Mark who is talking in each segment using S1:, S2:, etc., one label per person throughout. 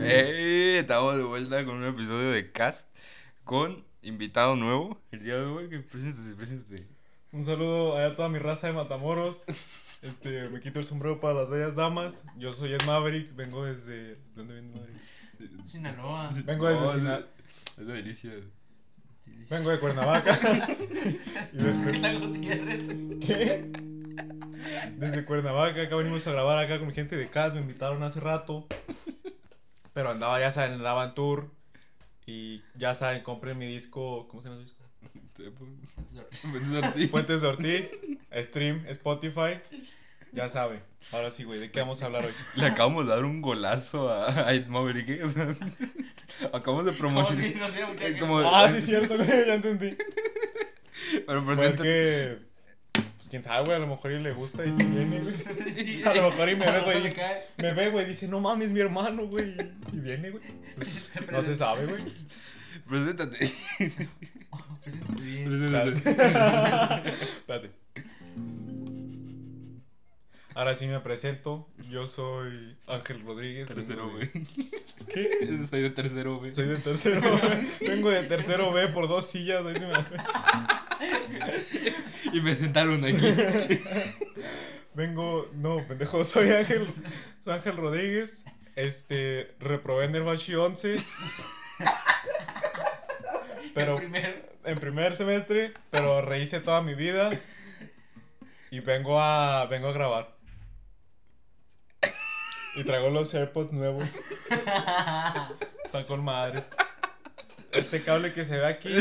S1: Eh, estamos de vuelta con un episodio de Cast con invitado nuevo el día de hoy. Que preséntate, preséntate.
S2: Un saludo allá a toda mi raza de Matamoros. Este, me quito el sombrero para las bellas damas. Yo soy Ed Maverick, vengo desde... ¿de ¿Dónde viene Maverick?
S3: Sinaloa.
S2: Vengo desde
S1: es,
S2: Sina-
S1: es una delicia.
S2: Vengo de Cuernavaca. Y desde-
S3: Carla Gutiérrez.
S2: ¿Qué? Desde Cuernavaca, acá venimos a grabar acá con mi gente de casa, me invitaron hace rato. Pero andaba, ya saben, andaba en tour. Y ya saben, compren mi disco, ¿cómo se llama su disco?
S1: Te pon- Fuentes Ortiz.
S2: Fuentes de Ortiz, Stream, Spotify. Ya saben. Ahora sí, güey, ¿de qué vamos a hablar hoy?
S1: Le acabamos de dar un golazo a, a Ed Maverick. ¿eh? O sea, acabamos de
S3: Como si
S1: promocionar.
S3: nos viera mucha
S1: Eh,
S3: gente.
S1: como-
S2: Ah, sí, cierto, güey, ya entendí.
S1: Pero
S2: Pues es
S1: preséntate.
S2: que. Pues quién sabe, güey, a lo mejor y le gusta y se viene, güey.
S3: Sí,
S2: A lo mejor y me
S3: al
S2: ve,
S3: rato
S2: güey,
S3: le
S2: dice-
S3: cae.
S2: Me ve, güey, dice, no mames, mi hermano, güey. Y viene, güey.
S3: Te
S2: No se
S3: presento-
S2: sabe, güey.
S1: Preséntate.
S3: Oh, Preséntate bien.
S1: Preséntate.
S2: Espérate. Ahora sí me presento. Yo soy Ángel Rodríguez.
S1: Tercero,
S2: vengo de-
S1: güey.
S2: ¿Qué?
S1: Soy de tercero, güey.
S2: Soy de tercero B. Vengo de tercero B por dos sillas. Ahí se me hace.
S1: Y me sentaron aquí.
S2: Vengo. No, pendejo. Soy Ángel. Soy Ángel Rodríguez. Este. Reprobé en el Bachi 11. Pero.
S3: El primero.
S2: en primer semestre, pero rehice toda mi vida. Y vengo a vengo a grabar. Y traigo los AirPods nuevos. Están con madres. Este cable que se ve aquí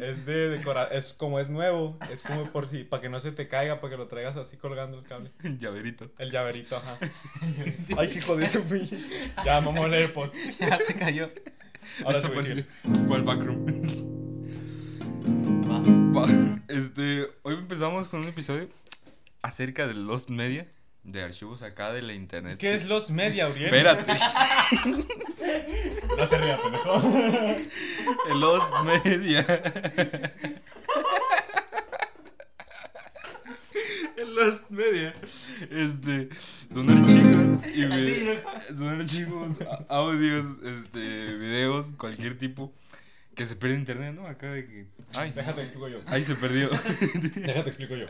S2: es de decora es como es nuevo, es como por si para que no se te caiga, para que lo traigas así colgando el cable.
S1: Llaverito.
S2: El llaverito, ajá. Ay, hijo de su pinche. Ya mamó el AirPod.
S3: Ya se cayó.
S2: Ahora sí,
S1: Eso
S2: güey,
S1: fue-
S2: sigue.
S1: Fue el backroom.
S3: Vas.
S1: Pa- Este, hoy empezamos con un episodio acerca de Lost Media, de archivos acá de la internet.
S2: ¿Qué es los media, Uriel?
S1: Espérate,
S2: No se ría, pendejo.
S1: el Lost Media. El Lost Media. Este, son archivos y
S3: Al
S1: ve-
S3: tiro.
S1: son archivos, a- audios, este, videos, cualquier tipo que se pierde en internet, ¿no? Acá de que, ay,
S2: Déjate explico yo.
S1: ay se perdió.
S2: Déjate explico yo.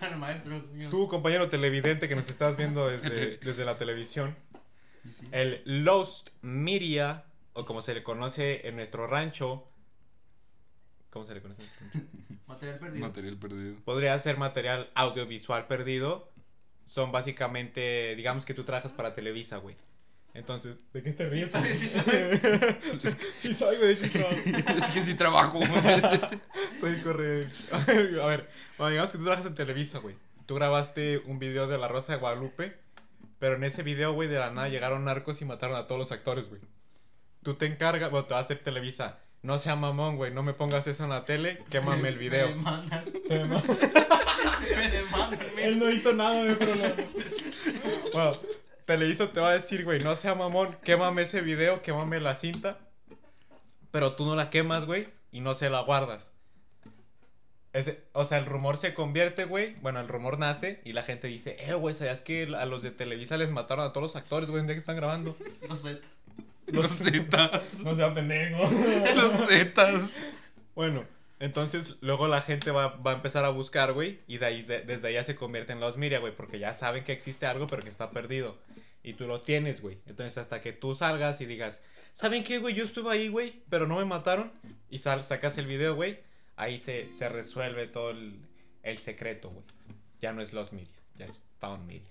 S3: Al maestro. mío.
S2: Tú, compañero televidente que nos estás viendo desde, desde la televisión,
S3: Sí, sí.
S2: el Lost Media, o como se le conoce en nuestro rancho, ¿cómo se le conoce?
S3: Material perdido.
S1: Material perdido.
S2: Podría ser material audiovisual perdido. Son básicamente, digamos que tú trabajas para Televisa, güey. Entonces, ¿de qué te
S3: Sí
S2: ríes?
S3: soy, sí soy.
S2: Sí soy, güey, de hecho trabajo.
S1: Es que sí trabajo.
S2: Soy correcto. A ver, bueno, digamos que tú trabajas en Televisa, güey. Tú grabaste un video de La Rosa de Guadalupe, pero en ese video, güey, de la nada llegaron narcos y mataron a todos los actores, güey. Tú te encargas, bueno, te vas a hacer Televisa. No sea mamón, güey, no me pongas eso en la tele, quémame el video.
S3: Me demandan. Me demandan. me-
S2: no hizo nada de problema. Bueno, Televisa te va a decir, güey, no sea mamón, quémame ese video, quémame la cinta. Pero tú no la quemas, güey, y no se la guardas. Ese- o sea, el rumor se convierte, güey. Bueno, el rumor nace y la gente dice, eh, güey, ¿sabías que a los de Televisa les mataron a todos los actores, güey, ¿en día que están grabando?
S3: Los zetas.
S1: Los zetas.
S2: No sea pendejo.
S1: Los zetas.
S2: Bueno, entonces luego la gente va, va a empezar a buscar, güey, y de ahí, de- desde ahí ya se convierte en los miria, güey, porque ya saben que existe algo, pero que está perdido. Y tú lo tienes, güey. Entonces hasta que tú salgas y digas, ¿saben qué, güey? Yo estuve ahí, güey, pero no me mataron. Y sal- sacas el video, güey. Ahí se, se resuelve todo el, el secreto, güey. Ya no es los miria, ya es found media.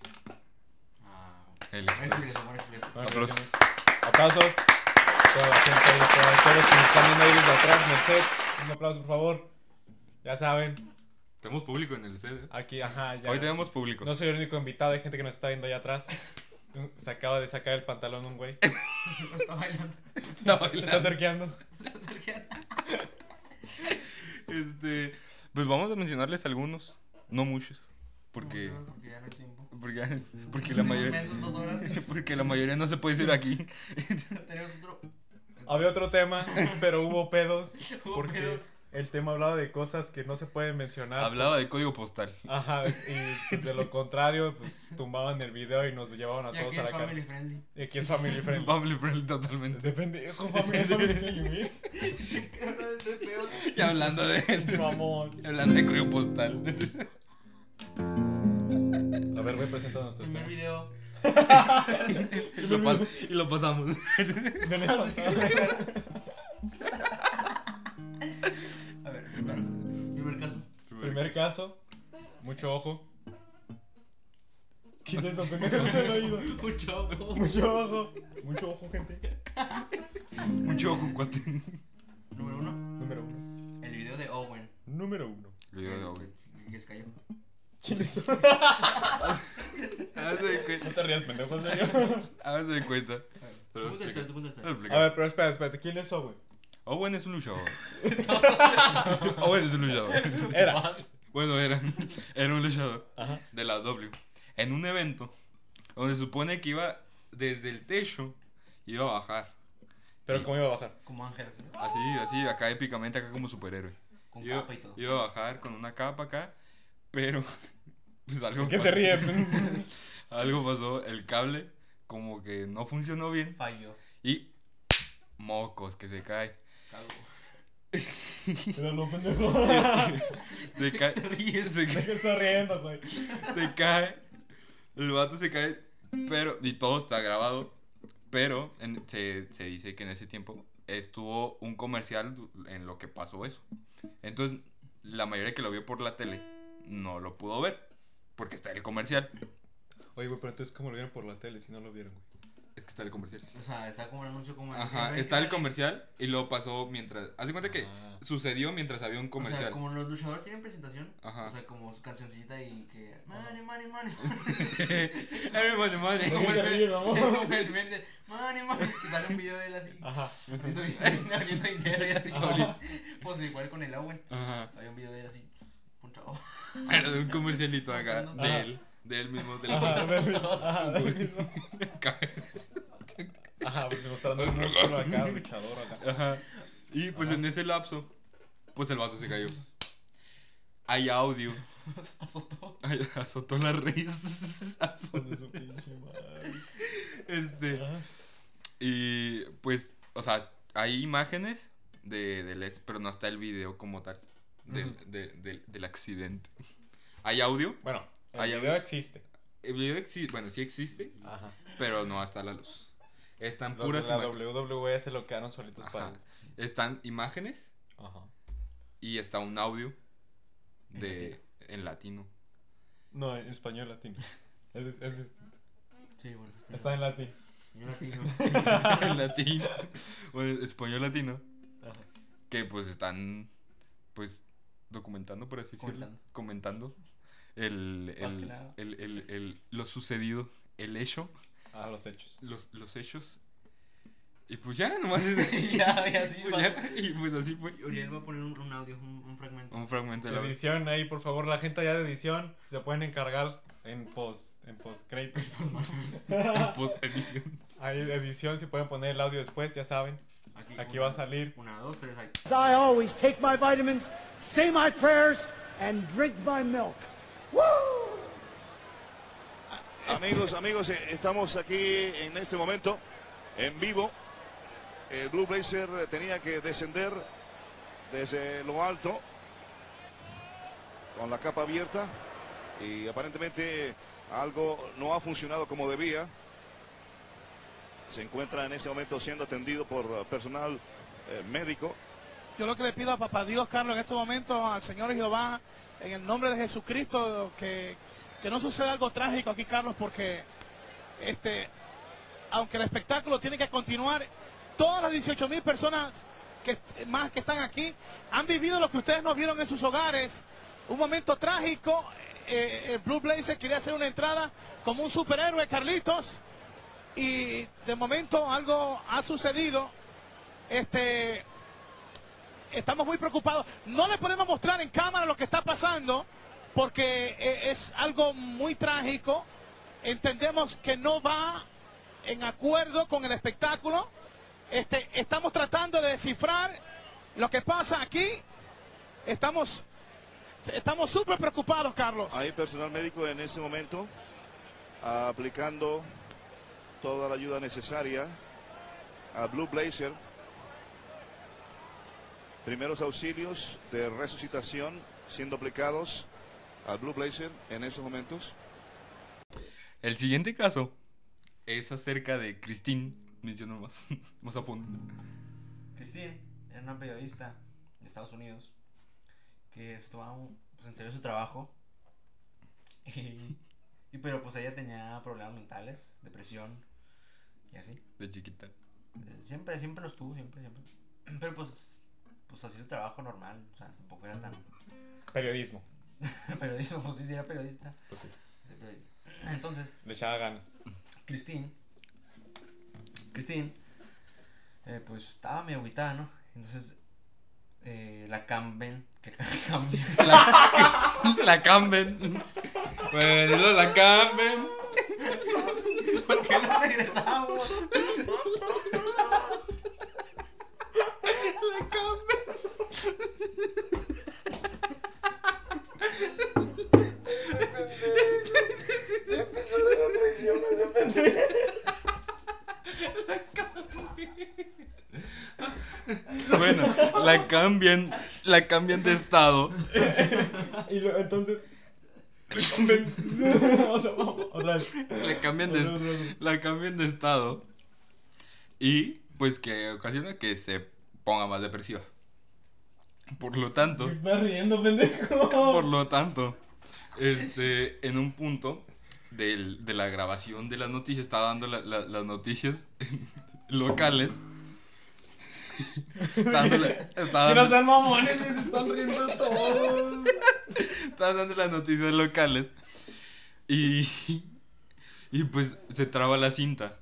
S3: Ah,
S1: El
S3: buen curioso, buen curioso.
S1: Aplausos.
S2: Aplausos. Toda la gente ahí, toda- todos los que nos están viendo ahí desde atrás, Merced. Un aplauso, por favor. Ya saben.
S1: Tenemos público en el set.
S2: Aquí, ajá, ya.
S1: Hoy tenemos público.
S2: No soy el único invitado, hay gente que nos está viendo allá atrás. Se acaba de sacar el pantalón un güey.
S3: Lo está bailando.
S1: Está
S2: Se está
S1: bailando.
S2: terqueando.
S1: Este, pues vamos a mencionarles algunos, no muchos, porque
S3: No, Porque ya no hay tiempo.
S1: porque porque la mayoría
S3: Inmensos dos horas.
S1: porque la mayoría no se puede decir aquí.
S3: Tenemos otro.
S2: Había otro tema, pero hubo pedos.
S3: Hubo
S2: Porque
S3: pedos.
S2: el tema hablaba de cosas que no se pueden mencionar.
S3: Ah, pues.
S1: Hablaba de código postal.
S2: Ajá, y pues, de lo contrario, pues tumbaban el video y nos llevaban a
S3: Y
S2: todos
S3: aquí
S2: a la
S3: es
S2: cárcel.
S3: family friendly.
S2: Y aquí es family friendly.
S1: Family friendly totalmente.
S2: Depende, hijo, family friendly, güey.
S3: Estoy peor.
S1: Y hablando de
S2: Pinche Mamón.
S1: hablando de código postal.
S2: A ver, güey, presenta
S1: Pues
S2: nuestros
S3: Primer
S2: temas.
S3: video.
S1: Y lo, pas- y lo pasamos.
S2: Ven esta-
S3: A ver, primer, primer caso.
S2: Primer caso, mucho ojo. ¿Qué es eso? Pendejo, no se lo he oído.
S3: Un chopo.
S2: Mucho ojo. Mucho ojo, gente.
S1: Mucho ojo, cuate.
S3: Número uno,
S2: Número uno.
S3: el video de Owen.
S2: Número uno.
S3: Que- Que se cayó.
S2: ¿Quién es?
S1: Haz de cuenta.
S2: No te rías, pendejo, en serio.
S1: Haz de cuenta.
S3: A ver,
S1: Pero
S3: Tú
S1: explica.
S3: tercero, tú pon
S1: Lo
S3: tercero.
S1: explico.
S2: A ver, pero espérate, espérate. ¿Quién es Owen?
S1: Owen es un luchador. Owen es un luchador.
S2: Era.
S1: Bueno, era, era un luchador
S2: Ajá.
S1: de la W. En un evento donde se supone que iba desde el techo, iba a bajar.
S2: Pero ¿cómo iba a bajar?
S3: Como Ángel, ¿sí?
S1: Así, así, acá épicamente, acá como superhéroe.
S3: Con
S1: Iba,
S3: capa y todo.
S1: iba a bajar con una capa acá, pero pues algo,
S2: ¿Qué se
S1: pa-
S2: ríe?
S1: algo pasó. El cable como que no funcionó bien
S3: Falló.
S1: y mocos que se cae.
S3: Cago.
S2: Era lo pendejo.
S1: Se cae,
S3: Te ríes.
S1: se cae
S2: ¿De qué estás riendo, güey?
S1: se cae. El vato se cae, pero. Y todo está grabado. Pero en- se, se dice que en ese tiempo estuvo un comercial en lo que pasó eso. Entonces, la mayoría que lo vio por la tele no lo pudo ver. Porque está el comercial.
S2: Oye, güey, pero entonces, ¿cómo lo vieron por la tele si no lo vieron, güey?
S1: Es que está el comercial.
S3: O sea, está como el anuncio como el-
S1: Ajá,
S3: ¿ves
S1: está el
S3: que sale?
S1: comercial y lo pasó mientras. Haz de cuenta que
S2: Ah.
S1: sucedió mientras había un
S3: O sea,
S1: comercial.
S3: como los luchadores tienen presentación.
S1: Ajá.
S3: O sea, como su cancioncita y que. Money, money, money.
S1: Everybody, money.
S2: ¿De qué se ríe, mamón?
S3: Como el meme de, Money, money. Que sale un video de él así.
S2: Ajá.
S3: Abriendo dinero abriendo dinero y así.
S2: Ajá.
S3: Pues igual con el Owen.
S1: Ajá.
S3: Había un video de él así. Un chavo.
S1: Era de un comercialito acá.
S3: Ajá.
S1: De él. De él mismo. De la
S2: Ajá, ver, ajá, Ajá, pues mostrando un músculo acá, luchador acá.
S1: Ajá. Y pues en ese lapso, pues el vato se cayó. Hay audio.
S3: Azotó.
S1: Ay, azotó la raíz.
S2: Hijo de su pinche madre.
S1: Este.
S2: Ajá.
S1: Y pues, o sea, hay imágenes de, del ex, pero no está el video como tal. Del,
S2: Ujú.
S1: de- del- del accidente. Hay audio.
S2: Bueno, el
S1: Ahí
S2: video
S1: había-
S2: existe.
S1: El video exi- bueno, sí existe,
S2: Ajá.
S1: pero no hasta la luz. Están
S2: Los de
S1: puras
S2: la
S1: ima-
S2: WWE se lo quedaron solitos
S1: Ajá.
S2: para.
S1: Están imágenes
S2: Ajá.
S1: y está un audio
S3: En
S1: de en latino.
S2: No, en español latino. Es, es distinto.
S3: Sí, bueno.
S2: Está en latín.
S3: Yo la tengo.
S1: en latín, o en español latino,
S2: Ajá.
S1: que pues están, pues, documentando, por así decirlo, comentando el,
S3: Más que
S1: el,
S3: nada.
S1: el- el- el- lo sucedido, el hecho,
S2: Ah, los hechos.
S1: los, los hechos, y pues ya, nomás
S3: Y
S1: es-
S3: ya, y así.
S1: pues
S3: va.
S1: ya, y pues así fue,
S3: Y Uriel va a poner un, un audio, un, un fragmento.
S1: un fragmento de la
S2: Edición ahí, por favor, la gente allá de edición, si se pueden encargar en post, en post créditos.
S1: post edición.
S2: Ahí edición, si pueden poner el audio después, ya saben. Aquí va a salir.
S3: Una, dos, tres, ahí.
S4: As I always take my vitamins, say my prayers, and drink my milk.
S5: Amigos, amigos, eh, estamos aquí en este momento en vivo. El Blue Blazer tenía que descender desde lo alto con la capa abierta y aparentemente algo no ha funcionado como debía. Se encuentra en este momento siendo atendido por eh, personal eh, médico.
S6: Yo lo que le pido a papá Dios, Carlos, en este momento, al Señor Jehová, en el nombre de Jesucristo, que, que no suceda algo trágico aquí, Carlos, porque este, aunque el espectáculo tiene que continuar, todas las 18 mil personas que, más que están aquí han vivido lo que ustedes no vieron en sus hogares, un momento trágico. eh, el Blue Blazer quería hacer una entrada como un superhéroe, Carlitos, y de momento algo ha sucedido. Este, estamos muy preocupados. No le podemos mostrar en cámara lo que está pasando porque eh, es algo muy trágico. Entendemos que no va en acuerdo con el espectáculo. Este, estamos tratando de descifrar lo que pasa aquí Estamos estamos súper preocupados, Carlos.
S5: Hay personal médico en ese momento ah, aplicando toda la ayuda necesaria a Blue Blazer. Primeros auxilios de resucitación siendo aplicados al Blue Blazer en esos momentos.
S1: El siguiente caso es acerca de Christine, menciono más, más a fondo.
S3: Christine era una periodista de Estados Unidos que se tomaba un- pues, en serio su trabajo. Y, y pero pues ella tenía problemas mentales, depresión y así.
S1: De chiquita.
S3: Eh, Siempre, siempre los tuvo, siempre, siempre. Pero pues, pues así su trabajo normal, o sea, tampoco era tan
S2: Periodismo.
S3: periodista, pues sí, sí era periodista.
S2: Pues sí.
S3: Sí, periodista. Entonces,
S2: Le echaba ganas.
S3: Cristín, Cristín, eh, pues estaba medio agüitada, ¿no? Entonces, eh, la Camben, que Camben,
S1: La Camben. Bueno, dilo, la Camben.
S3: ¿por qué no regresamos?
S1: Bueno, la cambian, la cambian de estado.
S2: Y luego, entonces. o sea, vamos, otra vez.
S1: La cambian
S2: Otra vez,
S1: de,
S2: otra vez.
S1: la cambian de estado. Y pues que ocasiona que se ponga más depresiva. Por lo tanto,
S2: Me estás riendo, pendejo.
S1: por lo tanto, este, en un punto del- de la grabación de las noticias, está dando la- la- las noticias locales. Dándole- está
S2: Si
S1: dando-
S2: no sean mamones, se están riendo todos.
S1: Estaban dando las noticias locales. Y. Y pues se traba la cinta.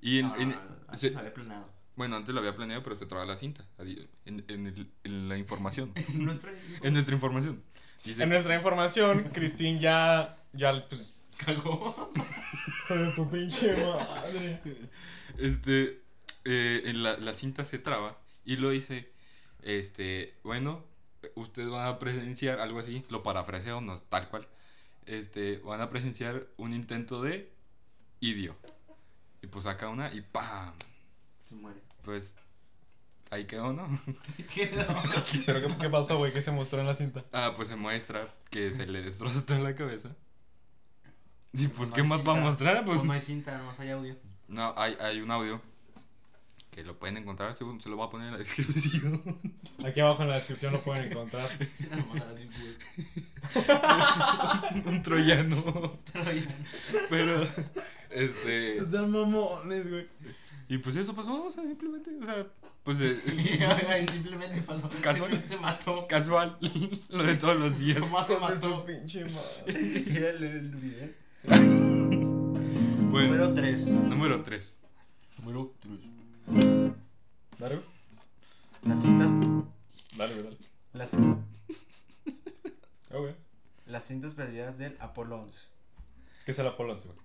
S1: Y en-
S3: No, no,
S1: en-
S3: no, Ah, así
S1: se-
S3: sale planeado.
S1: bueno, antes lo había planeado, pero se traba la cinta. Ahí, En, en el- en la información.
S3: No trae-
S1: en nuestra información. Dice,
S2: En nuestra información, Cristín ya. Ya, pues.
S3: Cagó.
S2: Joder, tu pinche madre.
S1: este. eh, en la, la cinta se traba. Y lo dice. Este. Bueno, ustedes van a presenciar algo así. Lo parafraseo, no tal cual. Este. Van a presenciar un intento de. Idio. Y pues saca una y ¡pam!
S3: Se muere.
S1: pues ahí quedó, ¿no?
S3: Quedó.
S2: ¿Pero qué, qué pasó, güey? ¿Qué se mostró en la cinta?
S1: Ah, pues se muestra que se le destroza toda la cabeza. Y pues, ¿qué
S3: No
S1: más
S3: hay
S1: va a
S3: cinta.
S1: mostrar? Pues
S3: Pues no hay cinta, nomás hay audio.
S1: no, hay, hay un audio que lo pueden encontrar, según se lo voy a poner en la descripción.
S2: Aquí abajo en la descripción lo pueden encontrar.
S1: un troyano. Pero, este.
S2: sean mamones, güey.
S1: Y pues eso pasó, o sea, simplemente, o sea, pues eh,
S3: Y ahí simplemente pasó.
S1: Casual.
S3: Simplemente se mató.
S1: casual, lo de todos los días.
S3: Nomás se
S2: Joder, tu
S3: mató.
S2: pinche madre.
S3: Y el- el video.
S1: Bueno,
S3: Número 3.
S1: número 3.
S3: Número 3.
S2: Dale, güey.
S3: Las cintas.
S2: Dale, güey, dale.
S3: Las,
S2: Ah, güey.
S3: las cintas perdidas del Apolo 11.
S2: ¿Qué es el Apolo 11, güey?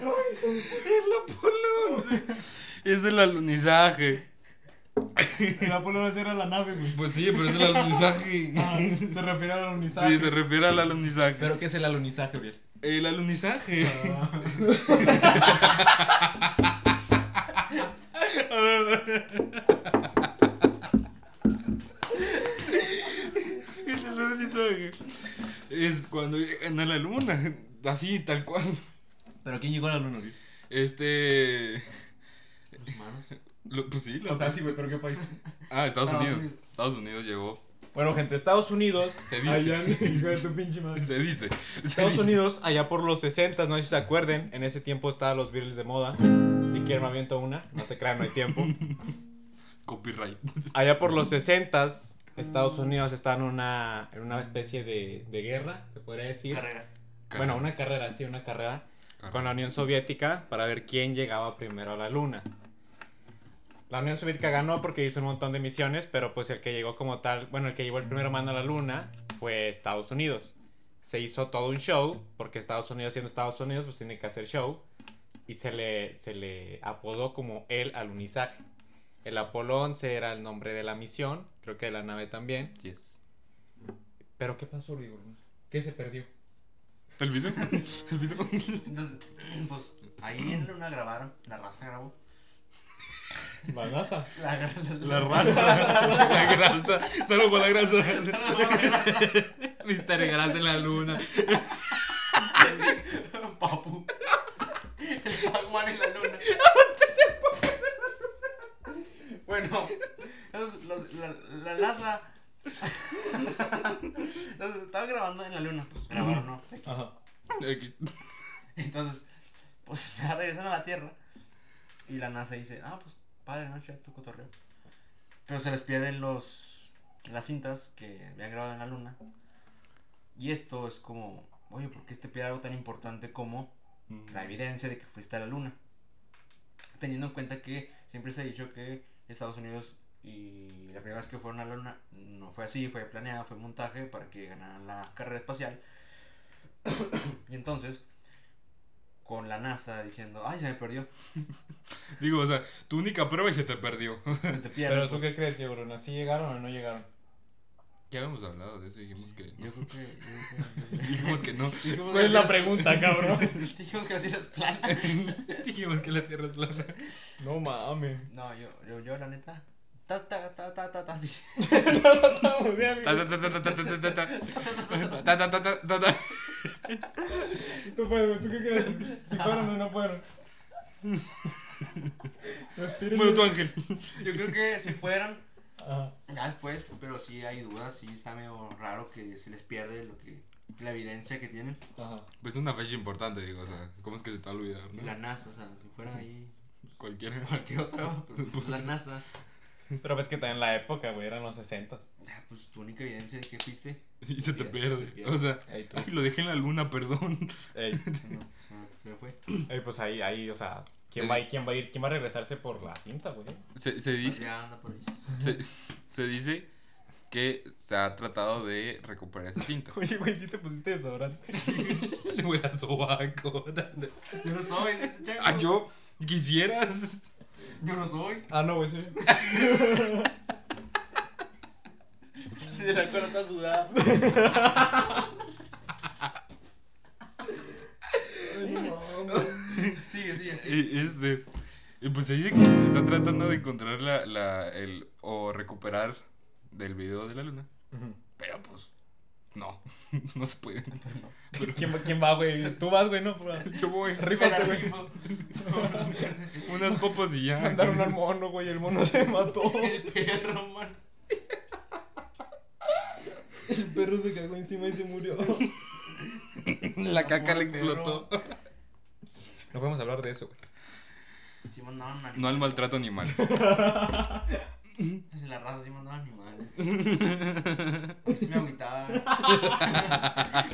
S1: El Apolo 11 es el alunizaje.
S2: El Apolo 11 era la nave, güey.
S1: Pues sí, pero es el alunizaje.
S2: se refiere al alunizaje.
S1: Sí, se refiere al alunizaje.
S2: ¿Pero qué es el alunizaje, Uriel?
S1: El alunizaje. el alunizaje es cuando llegan a la luna. Así, tal cual.
S2: ¿Pero quién llegó a la luna, Uriel?
S1: Este.
S3: Los humanos.
S1: lo- pues sí, lo-
S2: O sea, sí, güey, pero ¿qué país?
S1: Ah, Estados
S3: Estados
S1: Unidos.
S3: Unidos.
S1: Estados Unidos llegó.
S2: Bueno, gente, Estados Unidos.
S1: Se dice.
S2: Allá, hijo de tu pinche madre.
S1: Se dice. se
S2: Estados
S1: dice.
S2: Unidos, allá por los 60, no sé si se acuerden, en ese tiempo estaban los Beatles de moda. Si quieren me aviento una, no se crean, no hay tiempo.
S1: Copyright.
S2: Allá por los 60 Estados Unidos está en una, en una especie de, de guerra, se podría decir.
S3: Carrera.
S2: Bueno, una carrera, sí, una carrera con la Unión Soviética para ver quién llegaba primero a la Luna. La Unión Soviética ganó porque hizo un montón de misiones, pero pues el que llegó como tal, bueno, el que llevó el primer mando a la Luna fue Estados Unidos. Se hizo todo un show, porque Estados Unidos siendo Estados Unidos pues tiene que hacer show, y se le, se le apodó como el alunizaje. El Apolo 11 era el nombre de la misión, creo que de la nave también.
S1: Yes.
S2: Pero ¿qué pasó, Luis? ¿Qué se perdió?
S1: ¿El video? ¿El video?
S3: Entonces, pues ahí en una grabaron, la raza grabó.
S2: La NASA.
S3: La,
S1: La raza. La grasa. Solo por la grasa. Mister Grasa en la luna.
S3: Papu. El Pac-Man en la luna. bueno, entonces, los- la, la NASA. entonces, estaba grabando en la luna. Pues grabaron, ¿no?
S2: Ajá.
S1: X.
S3: Entonces, pues ya regresan a la Tierra. Y la NASA dice, ah, pues padre, noche, tu cotorreo. Pero se les pierden los, las cintas que habían grabado en la Luna. Y esto es como, oye, ¿por qué este pierde algo tan importante como la evidencia de que fuiste a la Luna? Teniendo en cuenta que siempre se ha dicho que Estados Unidos y la primera vez que fueron a la Luna no fue así, fue planeado, fue montaje para que ganaran la carrera espacial. y entonces, con la NASA diciendo, ay, se me perdió,
S1: Digo, o sea, tu única prueba y se te perdió.
S3: se te pierde.
S2: Pero tú
S3: pues".
S2: qué crees, Bruno, ¿así llegaron o no llegaron?
S1: Ya habíamos hablado de eso y dijimos que
S3: Yo
S1: no.
S3: creo que. yo creo que-
S1: Dijimos que no.
S3: Dijimos
S2: ¿Cuál
S3: que
S2: es la
S3: tienes-
S2: pregunta, cabrón?
S3: Dijimos que no tienes plan.
S1: dijimos que la Tierra es plana.
S2: No mames.
S3: No, yo, yo, yo, la neta. Ta, ta, ta, ta, ta, ta, sí.
S1: Ta, ta, ta, ta, ta, ta, ta, ta. Ta, ta, ta, ta, ta, ta.
S2: Tú puedes, güey, ¿tú qué crees? Si fueron o no fueron. Respira.
S1: Bueno, tú ángel.
S3: Yo creo que si fueron.
S2: Ajá.
S3: Ya después, pero sí hay dudas, sí está medio raro que se les pierde lo que la evidencia que tienen.
S2: Ajá.
S1: Pues es una fecha importante, digo, o sea, ¿cómo es que se te va a olvidar,
S3: Y La
S1: no?
S3: NASA, o sea, si fuera ahí
S1: Cualquiera.
S3: cualquier otra, pero pues la NASA.
S2: Pero ves que también la época, güey, eran los 60.
S3: Ah, Pues tu única evidencia de que fuiste.
S1: Y se te
S3: Ya, se te
S1: pierde.
S3: pierde.
S1: O sea,
S2: Ey, tú.
S1: ay, lo dejé en la luna, perdón.
S2: Ey,
S3: Se me, se me- se me fue.
S2: ey, pues ahí, ahí, o sea, ¿quién,
S1: Sí.
S2: va, a- ¿quién va a ir? ¿Quién va a regresarse por la cinta, güey?
S1: Se, se dice,
S3: Ya anda por ahí.
S1: se, se dice que se ha tratado de recuperar ese cinto.
S2: Oye, güey, sí te pusiste desodorante.
S1: Le voy a sobaco.
S3: Yo no soy, este chango.
S1: Ah, yo quisieras.
S3: Yo no soy.
S2: Ah, no, güey, sí.
S3: De la cara está sudada. sigue, sigue, sigue.
S1: Eh, Este. y Pues se dice que se está tratando de encontrar la, la- el, o recuperar del video de la luna. Pero pues, no, no se puede.
S2: ¿Quién, va- ¿Quién va, güey? Tú vas, güey, no. Por...
S1: Yo voy
S2: Rífate,
S3: Me la
S2: güey.
S3: rifo.
S1: unas copas y ya.
S2: Mandaron al mono, güey, el mono se mató.
S3: El perro, man.
S2: El perro se cagó encima y se murió.
S1: La caca le
S3: Pobre perro.
S1: explotó.
S2: No podemos hablar de eso, güey.
S3: Sí mandaban animales.
S1: No al maltrato animal.
S3: Pues En la raza sí mandaban animales. Sí me agüitaba.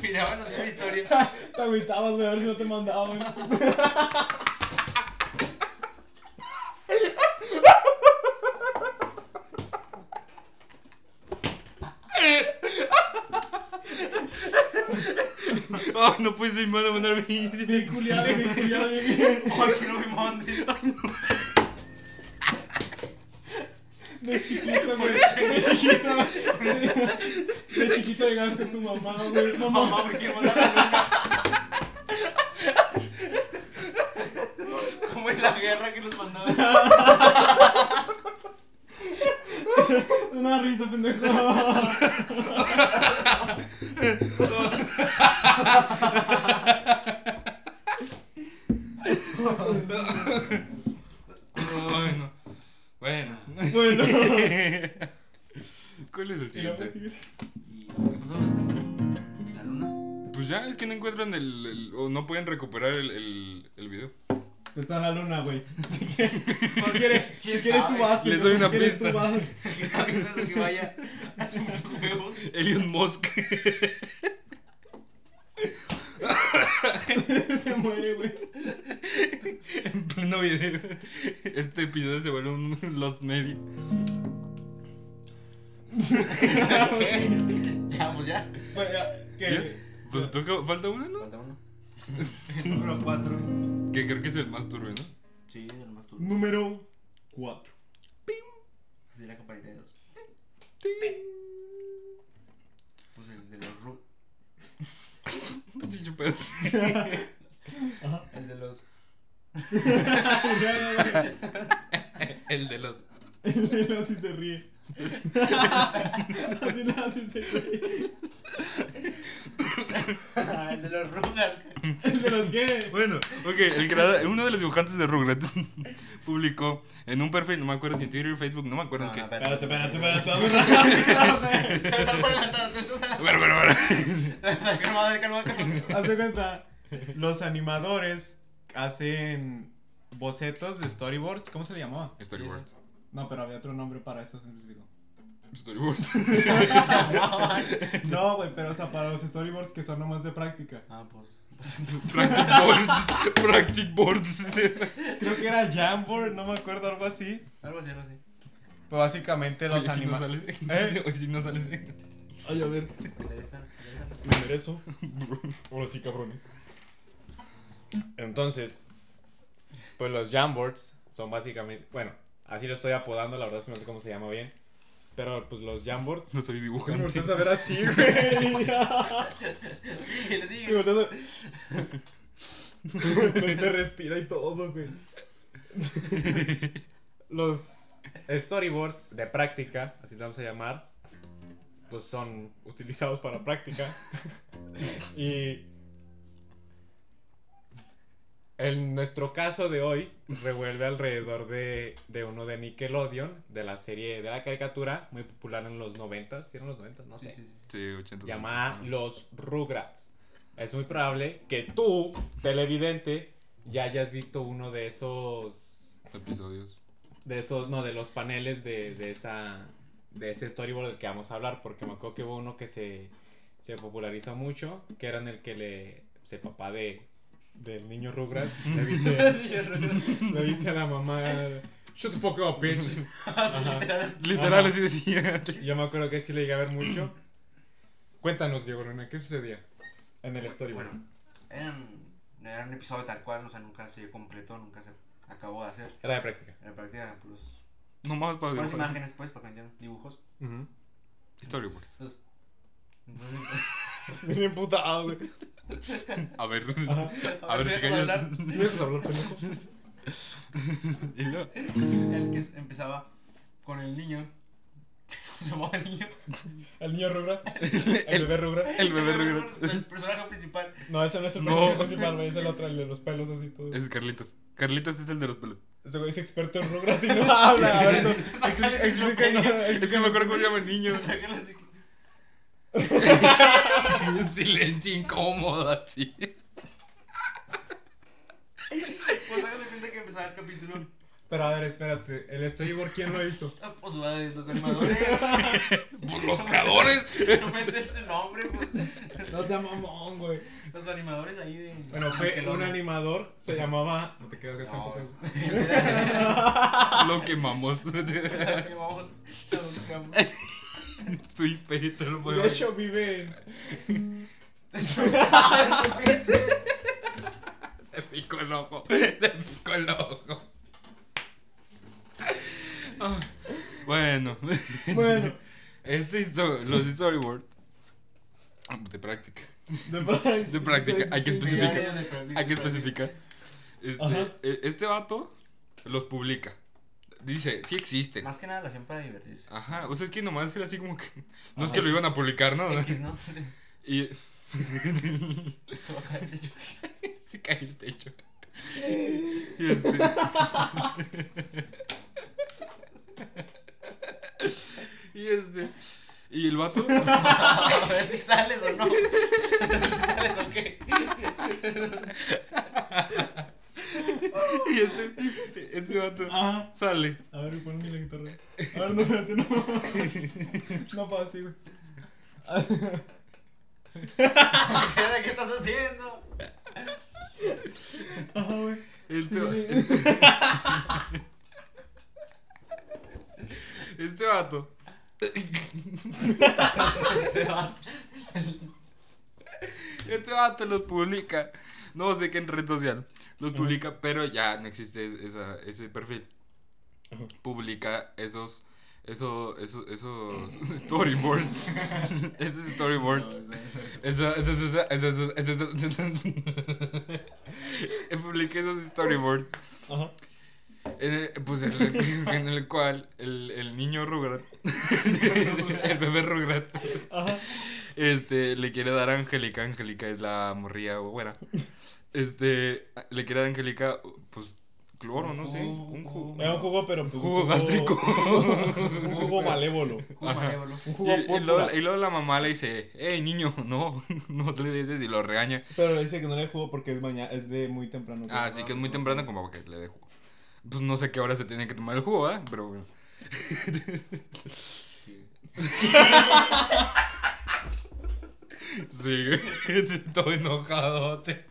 S3: Miraban otra historia.
S2: Te agüitabas, güey, a ver si no te mandaba, güey.
S1: Oh, no puede ser, me van a mandar video.
S2: culiado, bien culiado, bien.
S3: Oh, que no me mande.
S2: De chiquito, güey.
S3: Pues
S2: De chiquito, güey. De chiquito llegaste tu mamá, güey. No
S3: Mamá,
S2: mamá.
S3: me quiero mandar a la luna. Como en la guerra que nos mandaban.
S2: Es una risa, pendejo.
S1: Bueno, bueno.
S2: Bueno.
S1: ¿Cuál es el
S2: Y luego
S1: siguiente?
S2: sigue.
S3: ¿Y qué pasó después? ¿La luna?
S1: Pues ya, es que no encuentran el. el- o no pueden recuperar el, el, el video.
S7: Está en la luna, güey. Si quieres, si quieres, si
S3: ¿Quién
S7: quieres
S3: sabe?
S7: tú vas.
S1: Les
S7: pendejo, si
S1: doy una
S7: quieres
S1: pista.
S7: tú vas.
S3: Que está viendo eso que vaya hace muchos huevos.
S1: Elon Musk.
S7: Se muere, güey.
S1: En pleno video. Este episodio se vuelve un Los Media.
S3: Ya, pues ya.
S7: Güey, ya,
S1: ¿Ya?
S7: ¿Qué?
S1: Pues tú que- falta uno, ¿no?
S3: Falta uno. Número 4.
S1: Que creo que es el más turbio, ¿no?
S3: Sí, es el más turbio.
S7: Número 4.
S3: Así la campanita de dos. Pues el de los ru...
S1: Dicho pedo.
S3: El de los...
S1: El de los.
S7: El de así se ríe. así no, así se ríe.
S3: el de los rugas.
S7: El de los que.
S1: Bueno, ok, el creador- uno de los dibujantes de Rugrats publicó en un perfil, no me acuerdo si en Twitter o Facebook, no me acuerdo en qué.
S7: Espérate, espérate, espérate. Vamos rápido.
S3: Te estás adelantando, te estás adelantando.
S1: Bueno, bueno, bueno.
S3: Calma, calma, calma.
S7: Haz de cuenta, los animadores hacen bocetos de storyboards. ¿Cómo se le llamaba?
S1: Storyboard.
S7: No, pero había otro nombre para eso en específico.
S1: Storyboard.
S7: No, güey, pero o sea, para los storyboards que son nomás de práctica.
S3: Ah, pues.
S1: Practic boards. Practic boards.
S7: Creo que era Jamboard, no me acuerdo, algo así.
S3: Algo así, algo así.
S7: Pero básicamente los
S1: Oye, si no
S7: animadores.
S1: sales.
S7: ¿Eh?
S1: Oye, si no sales.
S7: Ay, a ver,
S3: Interesante, interesante.
S7: me merezo. Ahora sí, cabrones.
S2: Entonces, pues los Jamboards son básicamente, bueno, así lo estoy apodando, la verdad es que no sé cómo se llama bien, pero pues los Jamboards...
S1: No soy
S2: ¿Por qué me
S1: dibujante.
S2: volteas a ver así, güey?
S3: Síguele,
S2: Me
S3: síguele.
S2: volteas a- Me te respira y todo, güey. Los storyboards de práctica, así lo vamos a llamar, pues son utilizados para práctica. Y en nuestro caso de hoy revuelve alrededor de, de uno de Nickelodeon, de la serie de la caricatura, muy popular en los 90, si eran los 90, no sé.
S3: Sí, sí, sí.
S1: Sí, 80.
S2: llamada
S1: Ah.
S2: Los Rugrats. Es muy probable que tú, televidente, ya hayas visto uno de esos
S1: Episodios.
S2: de esos, no, de los paneles de, de esa de ese storyboard del que vamos a hablar, porque me acuerdo que hubo uno que se, se popularizó mucho, que era en el que le se papá de del niño Rugrats le dice, le dice a la mamá Shut the fuck up, bitch.
S3: Así, literal.
S1: Literal,
S2: Ajá.
S1: así decía.
S2: Yo me acuerdo que sí le llegué a ver mucho. Cuéntanos, Diego Luna, ¿qué sucedía en el storyboard?
S3: Bueno, eran- era un episodio tal cual, o sea, nunca se completó, nunca se acabó de hacer.
S2: Era de práctica.
S3: En práctica, pues.
S1: Nomás para
S3: Puras
S1: dibujar.
S3: imágenes, pues, para que entiendan. Dibujos.
S1: Storyboards.
S3: Entonces. entonces
S2: Bien emputado, güey.
S1: A ver. A
S3: A ver
S1: ver,
S3: si
S1: te
S3: dejas
S1: callas.
S3: hablar.
S2: ¿Sí me dejas hablar, pendejo?
S1: Y luego,
S3: el que s- empezaba con el niño. Se llamaba el niño.
S2: ¿El niño Rugra? ¿El bebé Rugra?
S1: El bebé Rugrats.
S3: El personaje principal.
S2: No, ese no es el
S1: No.
S2: personaje principal, güey. Es el otro, el de los pelos así todo.
S1: Ese Es Carlitos. Carlitos es el de los pelos.
S2: Ese güey es experto en Rugra y no habla.
S1: Ah,
S2: A ver, no.
S3: Saca la
S2: Expli- Explica, no.
S3: enciclopedia.
S1: Es que no me acuerdo cómo se llama el niño.
S3: Saca la enciclo-
S1: Un silencio incómodo así.
S3: Pues hágase cuenta que empezaba el capítulo.
S2: Pero a ver, espérate. ¿El storyboard quién lo hizo?
S3: ah, Pues va de los armadores.
S1: Por los creadores.
S3: No me sé su nombre, pues.
S2: No sea mamón, güey. Ah,
S3: Los animadores ahí de.
S2: Bueno, fue un
S3: Nickelodeon.
S2: animador. Se llamaba... No te creas que
S3: No,
S2: tampoco
S3: es-
S2: es...
S1: Lo quemamos.
S3: que vamos- vamos-
S1: Su IP te lo
S2: De
S1: podemos.
S2: hecho, vive en...
S1: Te picó el ojo. Te picó el ojo. Ah, Bueno.
S7: Bueno,
S1: Este histo- los storyboards. De práctica.
S7: de, práctica.
S1: De práctica, hay que especificar.
S3: Ya, ya, de práctica,
S1: Hay que
S3: de práctica.
S1: especificar. Este,
S7: Ajá.
S1: e- este vato los publica. Dice, sí existen.
S3: Más que nada lo hacían para divertirse.
S1: Ajá, o sea, es que nomás era así como que. No es
S3: Ajá.
S1: que lo iban a publicar, ¿no?
S3: X, ¿no? Sí.
S1: Y.
S3: Se va a caer el techo.
S1: Se cae el techo. Y este. y este. Y el vato.
S3: A ver si sales o no. A ver si sales o qué.
S1: este,
S2: Ajá.
S1: Sale.
S2: A ver, ponme la guitarra. A ver, no, espérate, no. No pasa así, güey.
S3: ¿Qué, ¿Qué estás haciendo?
S2: Ajá, güey.
S1: Este,
S2: Sí, güey.
S1: este vato.
S3: Se va.
S1: Este vato los publica. No sé qué en red social. Los publica, pero ya no existe es- esa- ese perfil. Publica esos. Eso, eso, esos storyboards. esos storyboards. Eso- eso- eso- eso- eso- eso- eso- eso- eso. Publiqué esos storyboards.
S2: Ajá.
S1: En el, pues en el, en el cual el, el niño Rugrat, el bebé Rugrat,
S2: Ajá.
S1: este, le quiere dar a Angélica. Angélica es la morría buena. Este, le quiere dar a Angélica, pues, cloro, no sé. Un jugo.
S2: Era un jugo, pero pues. un
S1: Jugo gástrico.
S2: Un jugo malévolo.
S3: Jugo malévolo.
S2: Un
S1: Y,
S2: jugo
S1: y luego,
S2: púrpura.
S1: y luego la mamá le dice, hey niño, no, no le dices y lo regaña.
S2: Pero le dice que no le jugo porque es mañana, es de muy temprano. güey.
S1: Así Ah, que es muy temprano como para que le dé jugo. Pues no sé qué hora se tiene que tomar el jugo, ¿verdad? Pero bueno.
S3: Sí.
S1: Sí, todo enojadote.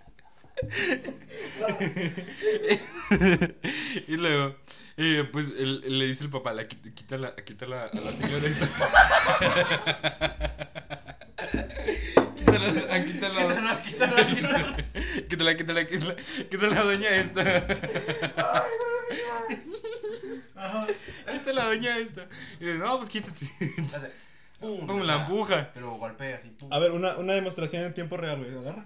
S1: y luego, eh, pues el- le dice el papá, la, qui- quítala, quítala a la señora esta. quítala, ah, quítala,
S3: Quítala, quítala, quítala.
S1: quítala, quítala, quítala, quítala a la doña esta.
S3: Ajá.
S1: quítala a la doña esta. Y le dice, no, pues quítate.
S3: Hace,
S1: Pum, la empuja.
S3: Pero golpea así. Pum.
S2: A ver, una, una demostración en tiempo real, güey. Agarra.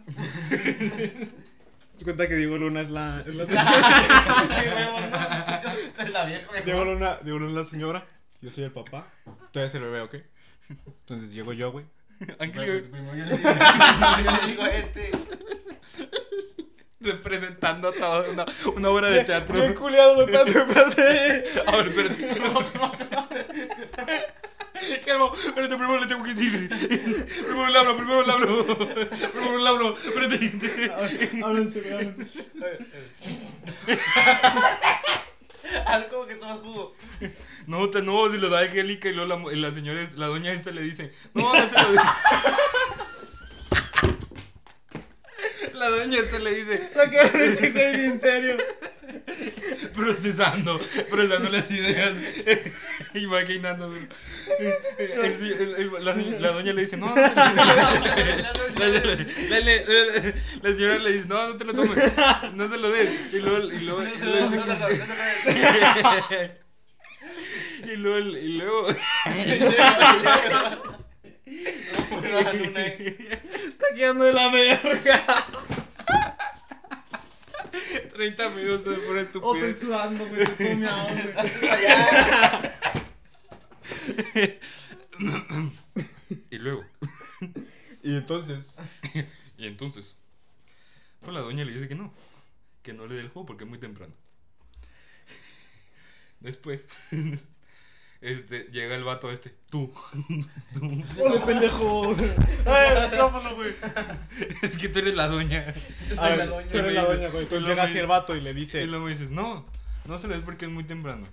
S2: Te cuenta que Diego Luna es la. Es la señora.
S3: Qué huevos, ¿no? Yo soy la vieja. güey.
S2: Diego, Luna, Diego Luna es la señora. Yo soy el papá. Tú eres el bebé, ¿ok? Entonces llego yo, güey.
S1: Ángel,
S3: Primero yo le digo- primero yo le digo a este.
S1: representando a toda una, una obra de teatro.
S2: Bien culiado, güey. Espérate, espérate.
S1: A ver, espérate. Calmo, espérate, primero le tengo que decir. Primero le hablo, primero le hablo. Primero le hablo, espérate.
S2: Háblense, güey, háblense.
S3: Algo como que tomas jugo.
S1: No, te, no, si lo da Angélica y luego la, mu- la señora, es- la doña esta le dice. No, no se lo dice. La doña esta le dice,
S2: La cara de ese güey, bien serio.
S1: procesando, procesando las ideas, imaginándose. El si- el- el- la, la doña le dice, no, no te lo La, la- la- la- la- la señora le dice, no, no te lo tomes, no se lo des. Y luego, y luego, y luego dice que- y luego, el- y luego-
S2: Está quedando de la verga.
S1: 30 minutos de pura
S2: Oh, estoy
S1: estupidez.
S2: sudando, güey. Estoy todo meado, güey.
S1: Y luego,
S2: Y entonces.
S1: y entonces, pues la doña le dice que no, que no le dé el juego porque es muy temprano. Después, este, llega el vato este, tú.
S2: ¡Ole, pendejo! ¡Ay, el micrófono, güey!
S1: Es que tú eres la doña.
S2: A ver,
S3: doña.
S2: tú eres la doña, güey.
S1: Y
S2: Entonces
S1: luego
S2: llega
S1: me-
S2: así el vato y le
S1: Y
S2: dice.
S1: luego me dices, no, no se lo des porque es muy temprano.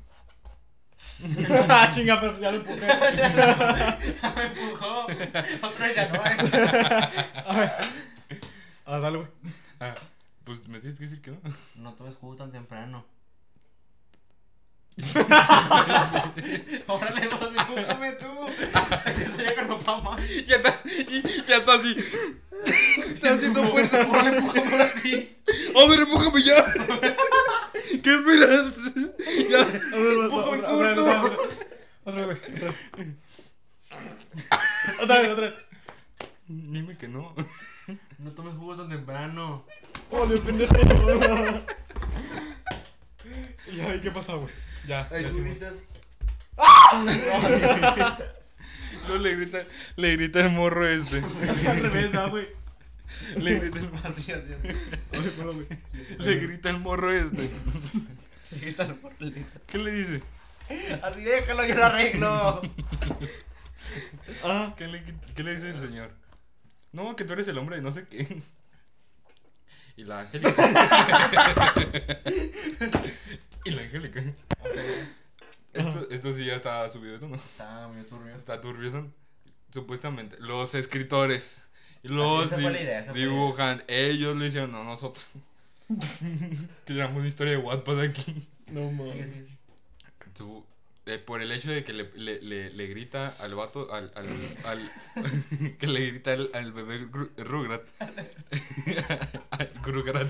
S2: ¡Ah, chinga, pero ya lo empujé!
S3: Me empujó. Otro de ganó.
S2: A ver. Ah, dale, güey.
S1: Ah, pues me tienes que decir que no.
S3: No tomes jugo tan temprano. Órale, vas, empújame tú. Eso ya ganó papá.
S1: ya, está, y- ya está así. está haciendo fuerza.
S3: Órale, empújame ahora sí.
S1: A ver, empújame ya. ¿Qué esperas? Ya.
S2: A ver, va- va-
S1: Empujón
S2: otra- otra vez,
S1: corto.
S2: otra vez, Otra vez, güey. Otra vez. Otra vez, otra vez.
S1: Dime que no.
S3: No tomes jugo tan temprano.
S2: ¡Ole, pendejo! Y ya, ¿y qué pasa, güey? Ya, ya hicimos.
S1: No le grita, le grita el morro este.
S2: Al revés, va, güey.
S1: Le grita el,
S3: Así, así, así.
S2: Oye, ponlo, güey.
S1: le grita el morro este.
S3: Grítalo por letra.
S1: ¿Qué le dice?
S3: Así déjalo, yo lo arreglo.
S1: Ah. ¿Qué le, qué le dice el señor? No, que tú eres el hombre de no sé qué. Y la Angélica. y la Angélica. Esto, esto sí ya está subido de tono.
S3: Está muy turbio.
S1: Está turbioso. Supuestamente, los escritores. Los
S3: Ah, esa fue
S1: di-
S3: la idea, esa fue la
S1: dibujan. Ellos lo hicieron, no nosotros. Tiramos una historia de Wattpad aquí.
S2: No
S3: Sigue,
S2: mames.
S3: sigue.
S1: Su- eh, por el hecho de que le, le- le- le grita al vato, al, al, al- que le grita al, al bebé Gru- Rugrat, al Grugrat,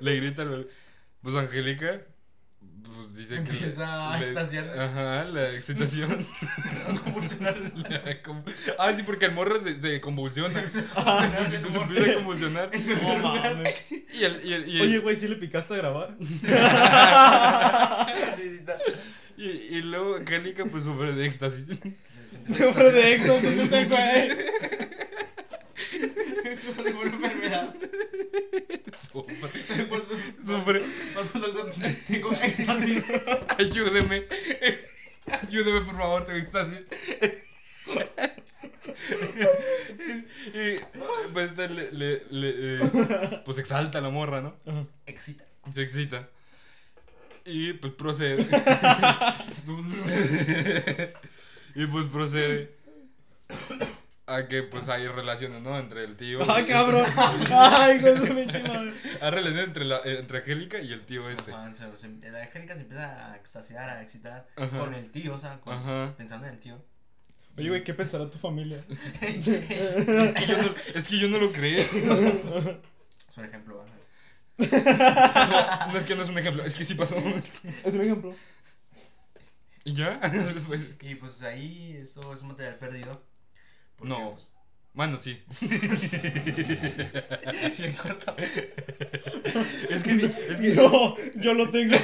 S1: le grita al bebé, pues Angélica, pues dice que... le-
S2: Empieza a
S1: le-
S2: extasiarse.
S1: Ajá, la excitación. La com- ah, sí, porque el morro se, se convulsiona. Se empieza a convulsionar.
S2: No mames.
S1: Y el, y el- y el-
S2: Oye, güey, ¿sí le picaste a grabar?
S3: Sí, sí, está.
S1: y- y luego Angélica pues sufre de éxtasis.
S3: Se- se empieza a
S2: Sufre de éxtasis este güey.
S3: Se vuelve enfermedad.
S1: Sufre. Sufre.
S3: Vas al doctor, Tengo éxtasis.
S1: Ayúdeme. Ayúdeme, por favor, tengo éxtasis. y pues, este, le, le- le, eh, pues exalta la morra, ¿no?
S3: Excita.
S1: Se excita. Y pues procede. y pues procede a que pues hay relaciones, ¿no? Entre el tío.
S2: Ah, cabrón. Ay, con su pinche madre.
S1: Hay relaciones entre, la, eh, entre Angélica y el tío este.
S2: Ah.
S3: Juan, se- se- la Angélica se empieza a extasiar, a excitar
S1: Ajá.
S3: con el tío, o sea, con-
S1: Ajá.
S3: pensando en el tío.
S2: Oye, güey, ¿qué pensará tu familia?
S1: Es que yo no, es que yo no lo creí.
S3: Es un ejemplo, ¿va? Es-
S1: No, no, es que no es un ejemplo, es que sí pasó.
S2: Es un ejemplo.
S1: ¿Y ya? Después.
S3: Y pues ahí esto es un material perdido. porque,
S1: No.
S3: pues,
S1: Bueno, sí.
S3: le corta.
S1: Es que sí, es que.
S2: No, yo lo tengo.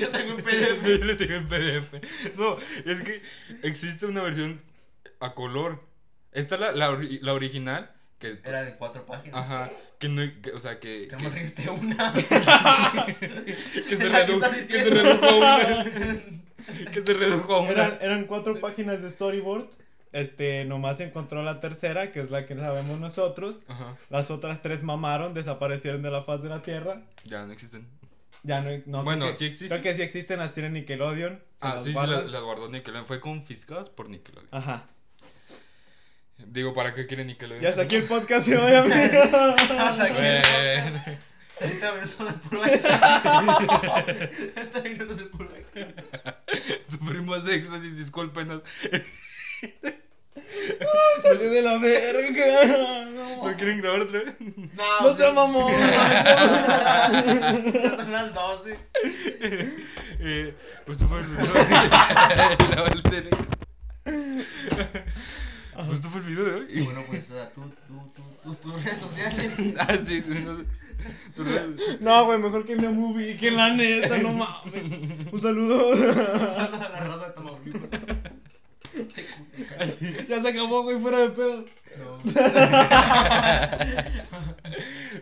S3: Yo tengo un
S1: Yo
S3: PDF.
S1: le tengo en PDF. No, es que existe una versión a color. Esta la, la, ori- la original, que.
S3: Era de cuatro páginas.
S1: Ajá. Que no. que- o sea, que.
S3: Que nomás existe una.
S1: que- que se
S3: la que
S1: redujo.
S3: estás
S1: Que se
S3: diciendo.
S1: redujo a una. Que se redujo a
S2: Eran,
S1: una.
S2: eran cuatro páginas de storyboard. Este, nomás encontró la tercera, que es la que sabemos nosotros.
S1: Ajá.
S2: Las otras tres mamaron, desaparecieron de la faz de la tierra.
S1: Ya no existen.
S2: Ya no, no
S1: Bueno,
S2: creo que-
S1: sí existen.
S2: Creo que sí existen, las tiene Nickelodeon. se
S1: Ah,
S2: las
S1: sí, sí,
S2: guardan.
S1: las la guardó Nickelodeon. Fue confiscadas por Nickelodeon.
S2: Ajá.
S1: Digo, ¿para qué quiere Nickelodeon?
S2: Y hasta aquí el podcast de hoy, amigos.
S3: Hasta aquí.
S1: Bueno.
S3: 30 minutos de puro éxtasis. 30 minutos de puro éxtasis.
S1: Sufrimos de éxtasis, discúlpenos.
S2: Salió de la verga.
S1: ¿No
S2: No,
S1: quieren grabar otra vez?
S3: No,
S2: no
S3: o sea,
S2: sea mamón. no sea mamón.
S3: ya Son las 12.
S1: Eh, pues tú fue el video. La Valtere. Pues tú fue el video de hoy.
S3: Bueno, pues ah, tú, tú, tú, tú, tus redes sociales.
S1: Ah, sí, no sé. Tú re-
S2: No, güey, mejor que en la movie, que en la neta, no mames. Un saludo.
S3: Pasando a la rosa de Tamaulipas.
S2: ya se acabó, güey, fuera de pedo.
S3: No.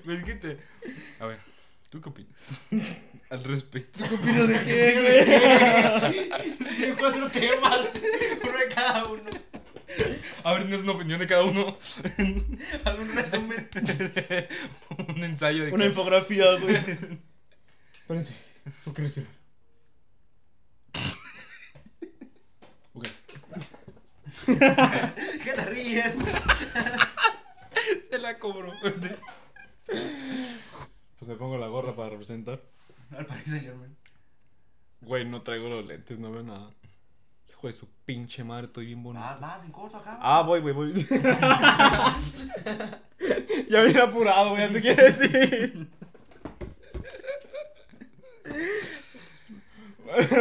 S1: Pues es que te. A ver, ¿tú qué opinas? Al respecto.
S2: ¿Qué opinas de qué,
S3: Hay cuatro temas, uno de cada uno.
S1: A ver, no es una opinión de cada uno.
S3: Algún resumen.
S1: Un ensayo de.
S2: güey? Una
S1: cada-
S2: infografía, güey. Espérense, ¿por qué respirar? Ok.
S3: ¿Qué te ríes?
S1: Se la cobró.
S2: Pues me pongo la gorra para representar.
S3: Al Paris Saint Germain.
S2: Güey, no traigo los lentes, no veo nada. Hijo de su pinche madre, estoy bien bonito.
S3: Ah, vas en corto acá.
S2: Ah, voy, voy, voy. ya viene apurado, güey, te quiero decir.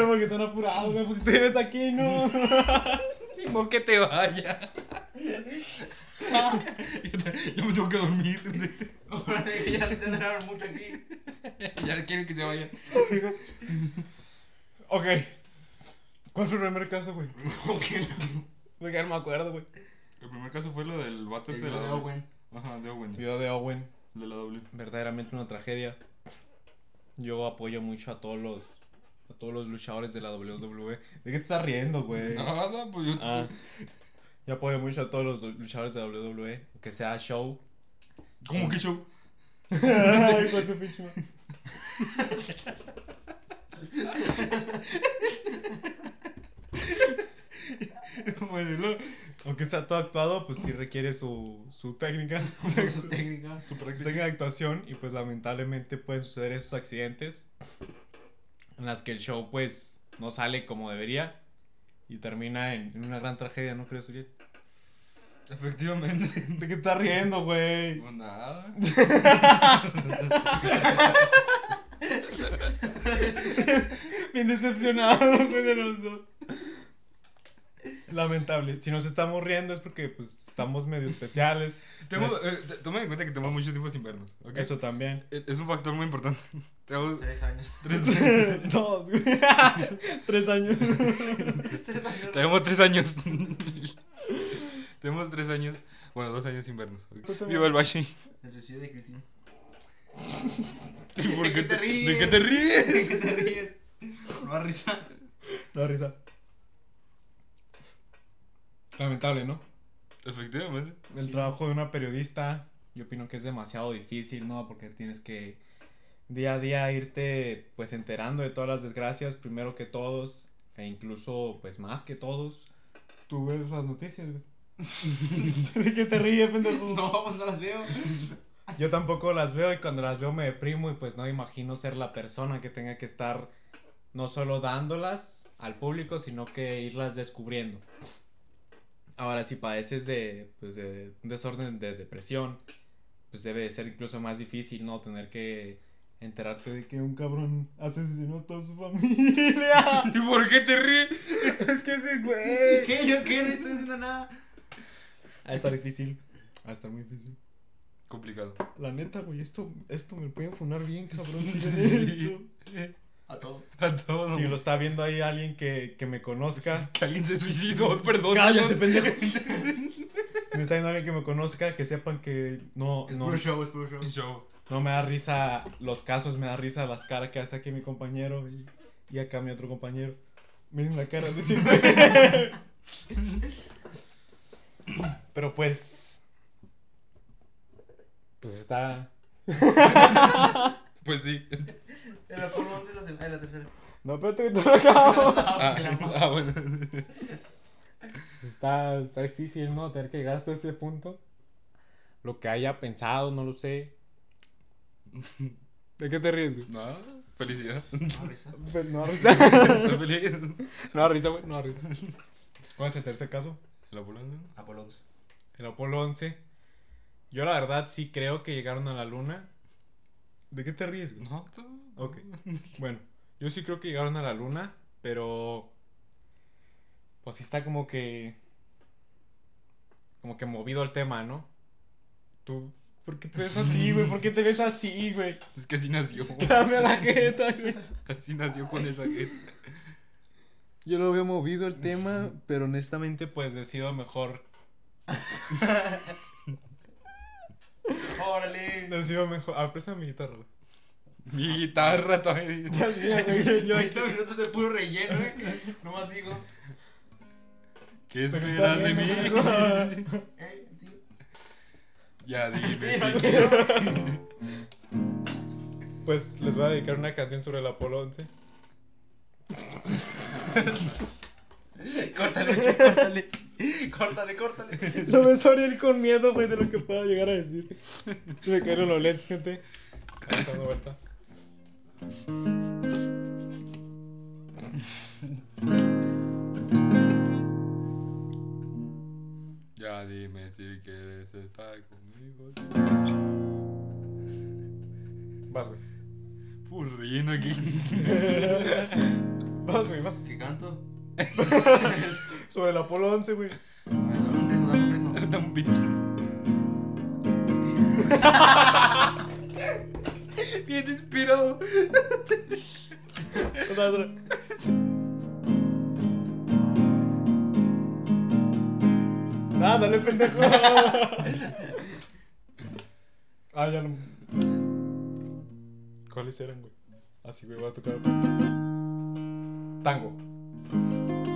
S2: Porque tan apurado, güey, pues si te ves aquí, no.
S1: Simón, que te vaya. Yo me tengo que dormir.
S3: Ahora de que ya te tendrán mucho aquí.
S1: Ya quieren que se vayan.
S2: ok. ¿Cuál fue el primer caso, güey? Güey, ya no me acuerdo, güey.
S1: El primer caso fue lo del vato
S3: El
S1: este de la
S3: video de
S1: doble.
S3: Owen.
S1: Ajá, de Owen.
S2: Video de Owen.
S1: De la doble.
S2: verdaderamente una tragedia. Yo apoyo mucho a todos los a todos los luchadores de la WWE. ¿De qué te estás riendo, güey?
S1: Nada, pues yo.
S2: Ah, yo apoyo mucho a todos los luchadores de la WWE, que E, sea show.
S1: ¿Cómo que show?
S2: Ay, hijo de su pinche madre.
S1: Bueno, lo-
S2: Aunque está todo actuado, pues sí requiere su, su técnica.
S3: su técnica.
S2: su técnica de actuación y pues lamentablemente pueden suceder esos accidentes en las que el show pues no sale como debería y termina en, en una gran tragedia, ¿no crees, Uriel?
S1: Efectivamente.
S2: ¿De qué estás riendo, güey?
S1: Pues nada.
S2: Bien decepcionado, güey, de los dos. Lamentable. Si nos estamos riendo es porque pues estamos medio especiales.
S1: Tenemos,
S2: Nos-
S1: eh, t- tomen en cuenta que tenemos mucho tiempo sin vernos. ¿ok?
S2: Eso también.
S1: Eh, Es un factor muy importante. Tenemos
S3: Tres años.
S1: tres,
S2: Dos, güey. Tres años.
S3: Tres años.
S1: tenemos tres años. tenemos tres años. Bueno, dos años sin vernos. ¿ok? Viva el Bashi.
S3: El suicidio de Cristina.
S1: ¿Y por
S3: ¿De qué te ríes?
S1: ¿De qué te ríes?
S3: ¿Qué te ríes? No da risa.
S2: La risa. Lamentable, ¿no?
S1: Efectivamente.
S2: El trabajo de una periodista, yo opino que es demasiado difícil, ¿no? Porque tienes que día a día irte pues enterando de todas las desgracias, primero que todos, e incluso pues más que todos. Tú ves las noticias, güey. ¿De qué te ríes, pendejo?
S3: No, pues no las veo.
S2: Yo tampoco las veo y cuando las veo me deprimo y pues no imagino ser la persona que tenga que estar no solo dándolas al público, sino que irlas descubriendo. Ahora, si padeces de, pues, de un desorden de depresión, pues debe de ser incluso más difícil, ¿no? Tener que enterarte de que un cabrón asesinó a toda su familia.
S1: ¿Y por qué te ríes?
S2: es que ese güey...
S3: ¿Qué? ¿Yo qué? No estoy diciendo nada.
S2: Va a estar difícil. Va a estar muy difícil.
S1: Complicado.
S2: La neta, güey, esto, esto me puede funar bien, cabrón. si ven esto.
S3: A todos.
S1: A todos.
S2: Si lo está viendo ahí alguien que, que me conozca.
S1: Que alguien se suicidó, perdón. Dios.
S2: pendejo. Si me está viendo alguien que me conozca, que sepan que no,
S3: Es
S2: no,
S3: puro show, es puro show.
S1: Show.
S2: no me da risa los casos, me da risa las caras que hace aquí mi compañero y, y acá mi otro compañero. Miren la cara de siempre. Pero pues.
S8: Pues está.
S1: Pues sí.
S3: En la forma 11 es la segunda. la tercera.
S8: No, pero te lo acabo.
S1: Ah, ah, bueno.
S8: pues, Está, está difícil, ¿no? Tener que llegar hasta ese punto. Lo que haya pensado, no lo sé.
S2: ¿De qué te ríes, güey?
S1: No, felicidad.
S3: No risa.
S8: Pues no da risa.
S1: Estoy feliz.
S8: No da risa, güey. No da risa.
S2: ¿Cuál es el tercer caso?
S1: ¿La ambulancia?
S3: Apolo 11.
S2: El Apolo 11. Yo la verdad sí creo que llegaron a la luna. ¿De qué te ríes, güey?
S1: No, tú.
S2: Ok. Bueno, yo sí creo que llegaron a la luna, pero. Pues sí está como que. Como que movido el tema, ¿no? Tú. ¿Por qué te ves así, güey? ¿Por qué te ves así, güey?
S1: Es que así nació.
S2: Dame la jeta, güey.
S1: Así nació con esa gente.
S2: Yo lo veo movido el tema, pero honestamente, pues decido mejor.
S3: Órale.
S2: Decido mejor. Ah, presta mi guitarra, güey.
S1: Mi guitarra todavía.
S2: yo,
S3: 30 minutos de puro relleno, eh. Nomás digo.
S1: ¿Qué esperas de mí?
S3: Eh, sí.
S1: Ya dime
S3: Sí, no
S1: si
S3: quiero.
S2: Pues les voy a dedicar una canción sobre el Apolo 11.
S3: Córtale, córtale. Córtale, córtale.
S2: Lo ves a abrir con miedo, güey, de lo que pueda llegar a decir. Se me cayeron los lentes, gente. Ahí está, dando vuelta.
S1: Ya dime si quieres estar conmigo.
S2: Vas, güey.
S1: Puro relleno aquí.
S2: Vas, güey, vas.
S3: ¿Qué canto?
S2: Sobre el Apolo 11, güey.
S3: Ay, dame un ritmo, dame un ritmo.
S1: Da un beat. Bien inspirado.
S2: Otra, otra. Ah, dale, pendejo. ah, ya no. Ah, ¿Cuáles eran, güey? Así, güey, voy a tocar. Tango.